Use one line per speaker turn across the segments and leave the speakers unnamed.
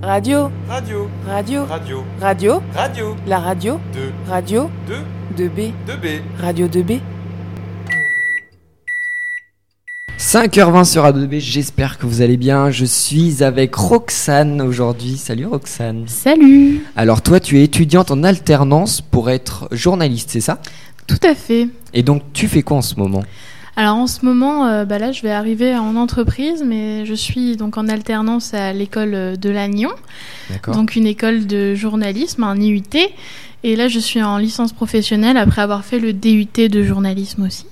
Radio,
Radio,
radio,
radio,
radio,
radio,
la radio,
2,
radio
2,
2B,
2B.
radio 2B.
5h20 sur A2B, j'espère que vous allez bien. Je suis avec Roxane aujourd'hui. Salut Roxane.
Salut
Alors toi, tu es étudiante en alternance pour être journaliste, c'est ça
Tout à fait.
Et donc tu fais quoi en ce moment
Alors en ce moment, euh, bah là, je vais arriver en entreprise, mais je suis donc en alternance à l'école euh, de Lannion,
D'accord.
donc une école de journalisme, un IUT. Et là, je suis en licence professionnelle après avoir fait le DUT de journalisme aussi.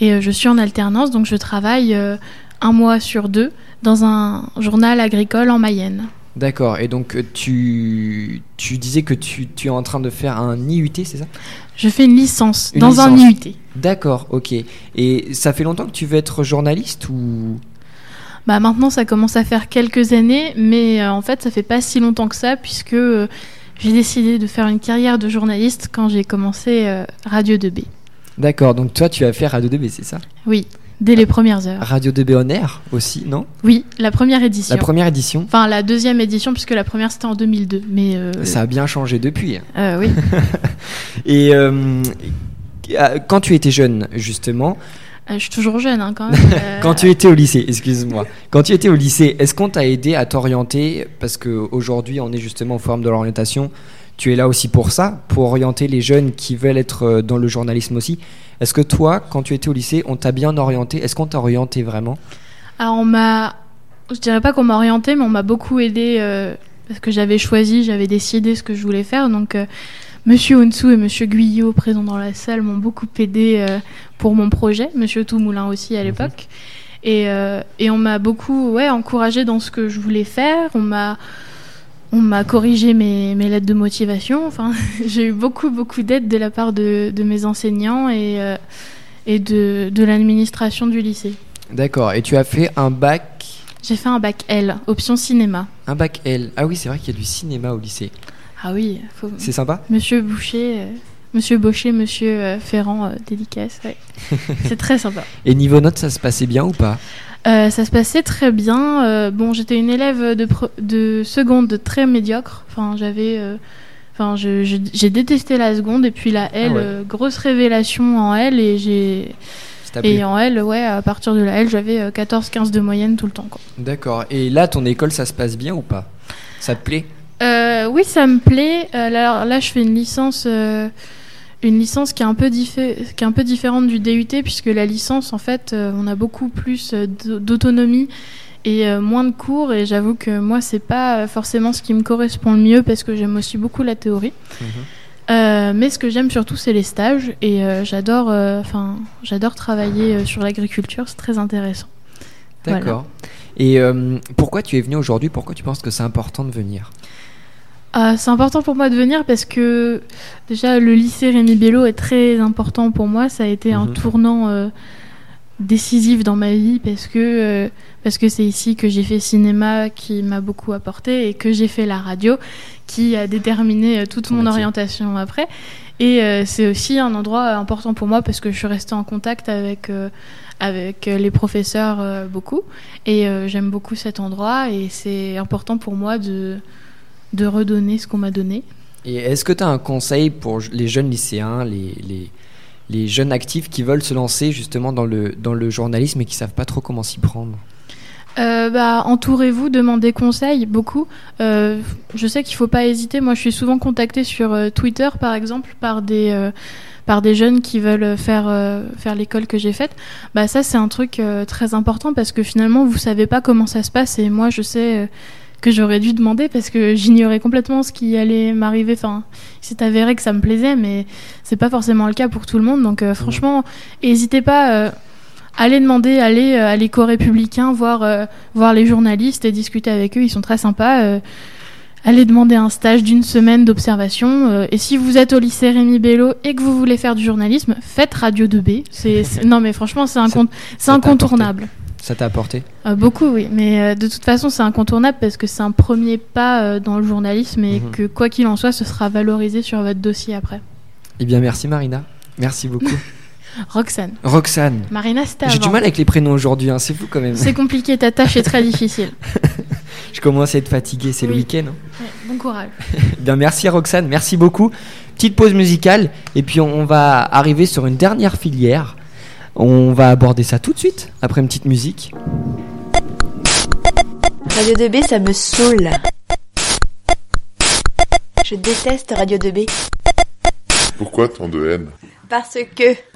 Et euh, je suis en alternance, donc je travaille euh, un mois sur deux dans un journal agricole en Mayenne.
D'accord. Et donc euh, tu, tu disais que tu, tu es en train de faire un IUT, c'est ça
Je fais une licence
Une
dans un
licence.
IUT.
D'accord, ok. Et ça fait longtemps que tu veux être journaliste ou...
Bah maintenant ça commence à faire quelques années, mais euh, en fait ça fait pas si longtemps que ça puisque euh, j'ai décidé de faire une carrière de journaliste quand j'ai commencé euh, Radio 2B.
D'accord, donc toi tu vas faire Radio 2B, c'est ça
Oui, dès les premières heures.
Radio 2B on air aussi, non
Oui, la première édition.
Ah. La première édition
Enfin la deuxième édition puisque la première c'était en 2002, mais euh,
ça a bien changé depuis.
euh, oui.
Et euh, euh, quand tu étais jeune, justement,
Euh, je suis toujours jeune hein, quand même. euh,
quand tu étais au lycée, excuse-moi, quand tu étais au lycée, est-ce qu'on t'a aidé à t'orienter Parce qu'aujourd'hui, on est justement au forum de l'orientation. Tu es là aussi pour ça, pour orienter les jeunes qui veulent être euh, dans le journalisme aussi. Est-ce que toi, quand tu étais au lycée, on t'a bien orienté Est-ce qu'on t'a orienté vraiment
Alors on m'a, je dirais pas qu'on m'a orientée, mais on m'a beaucoup aidée euh, parce que j'avais choisi, j'avais décidé ce que je voulais faire. Donc euh, Monsieur Onsu et Monsieur Guyot, présents dans la salle, m'ont beaucoup aidé euh, pour mon projet. Monsieur Toumoulin aussi à l'époque. Et, euh, et on m'a beaucoup ouais, encouragée dans ce que je voulais faire. On m'a on m'a corrigé mes, mes lettres de motivation. Enfin, j'ai eu beaucoup, beaucoup d'aide de la part de, de mes enseignants et, euh, et de, de l'administration du lycée.
D'accord. Et tu as fait un bac,
J'ai fait un bac L, option cinéma.
un bac L. Ah oui, c'est vrai qu'il y a du cinéma au lycée.
Ah oui, faut...
C'est sympa.
Monsieur Boucher, euh, Monsieur Baucher, Monsieur euh, Ferrand, euh, dédicace. ouais. C'est très sympa.
Et niveau notes, ça se passait bien ou pas
Euh, ça se passait très bien. Euh, bon, j'étais une élève de, pre- de seconde très médiocre. Enfin, j'avais. euh, Enfin, je- je- j'ai détesté la seconde et puis la L,
Ah ouais.
euh, grosse révélation en L et j'ai
Ça t'a plu
et en L, ouais, à partir de la L, j'avais 14-15 de moyenne tout le temps. quoi.
D'accord. Et là, ton école, ça se passe bien ou pas Ça te plaît
Euh, oui, ça me plaît. Euh, là, alors là, je fais une licence, euh, une licence qui est un peu diffé- qui est un peu différente du DUT puisque la licence, en fait, euh, on a beaucoup plus euh, d'au- d'autonomie et euh, moins de cours. Et j'avoue que moi, c'est pas euh, forcément ce qui me correspond le mieux parce que j'aime aussi beaucoup la théorie. Euh, mais ce que j'aime surtout, c'est les stages et euh, j'adore, euh, enfin, j'adore travailler euh, sur l'agriculture. C'est très intéressant. Voilà.
D'accord. Et euh, pourquoi tu es venu aujourd'hui Pourquoi tu penses que c'est important de venir
Euh, c'est important pour moi de venir parce que déjà le lycée Rémi Bello est très important pour moi. Ça a été un
Mhm.
tournant euh, décisif dans ma vie parce que euh, parce que c'est ici que j'ai fait cinéma qui m'a beaucoup apporté et que j'ai fait la radio qui a déterminé euh, toute
Ton
mon
métier.
orientation après. Et euh, c'est aussi un endroit euh, important pour moi parce que je suis restée en contact avec euh, avec euh, les professeurs euh, beaucoup et euh, j'aime beaucoup cet endroit et c'est important pour moi de de redonner ce qu'on m'a donné.
Et est-ce que tu as un conseil pour j- les jeunes lycéens, les, les, les jeunes actifs qui veulent se lancer justement dans le, dans le journalisme et qui savent pas trop comment s'y prendre
Euh, bah, entourez-vous, demandez conseil, beaucoup. Euh, je sais qu'il faut pas hésiter. Moi, je suis souvent contactée sur euh, Twitter, par exemple, par des euh, par des jeunes qui veulent faire euh, faire l'école que j'ai faite. Bah ça, c'est un truc euh, très important parce que finalement, vous savez pas comment ça se passe et moi, je sais. euh, que j'aurais dû demander parce que j'ignorais complètement ce qui allait m'arriver. Enfin, il s'est avéré que ça me plaisait, mais c'est pas forcément le cas pour tout le monde. Donc, euh, franchement, n'hésitez pas. euh, Allez demander, allez euh, à l'écho républicain, voir, euh, voir les journalistes et discuter avec eux, ils sont très sympas. euh, allez demander un stage d'une semaine d'observation. euh, et si vous êtes au lycée Rémi Bello et que vous voulez faire du journalisme, faites Radio 2B. C'est, c'est- non mais franchement, c'est, incont- c'est
t'a apporté.
incontournable.
Ça t'a apporté
Euh, beaucoup, oui. Mais euh, de toute façon, c'est incontournable parce que c'est un premier pas euh, dans le journalisme et
Mhm.
que quoi qu'il en soit, ce sera valorisé sur votre dossier après.
Eh bien, merci Marina. Merci beaucoup.
Roxane.
Roxane.
Marina, c'était
J'ai du
avant.
mal avec les prénoms aujourd'hui, hein, c'est fou quand même.
C'est compliqué, ta tâche est très difficile.
Je commence à être fatigué, c'est le
Oui.
week-end. hein.
Ouais, bon courage.
Bien, merci Roxane, merci beaucoup. Petite pause musicale, et puis on va arriver sur une dernière filière. On va aborder ça tout de suite, après une petite musique.
Radio 2B, ça me saoule. Je déteste Radio 2B
Pourquoi tant de haine
parce que